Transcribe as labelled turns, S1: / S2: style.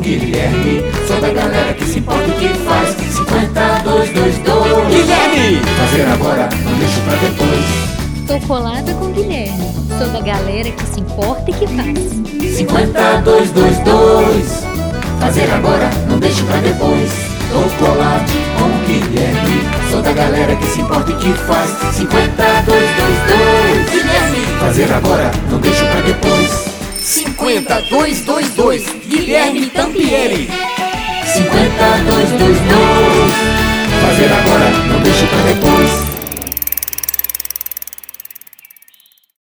S1: Guilherme. Sou da galera que se importa e que faz 50222.
S2: Guilherme!
S1: Fazer agora, não deixo pra depois.
S3: Tô colada com o Guilherme. Sou da galera que se importa e que faz.
S1: 50222. Fazer agora, não deixo pra depois. Tô colado com o Guilherme. Sou da galera que se importa e que faz 50222. Guilherme! Fazer agora, não deixo pra depois.
S2: 50222 Guilherme Tampieri.
S1: 50222. Fazer agora, não deixo pra depois.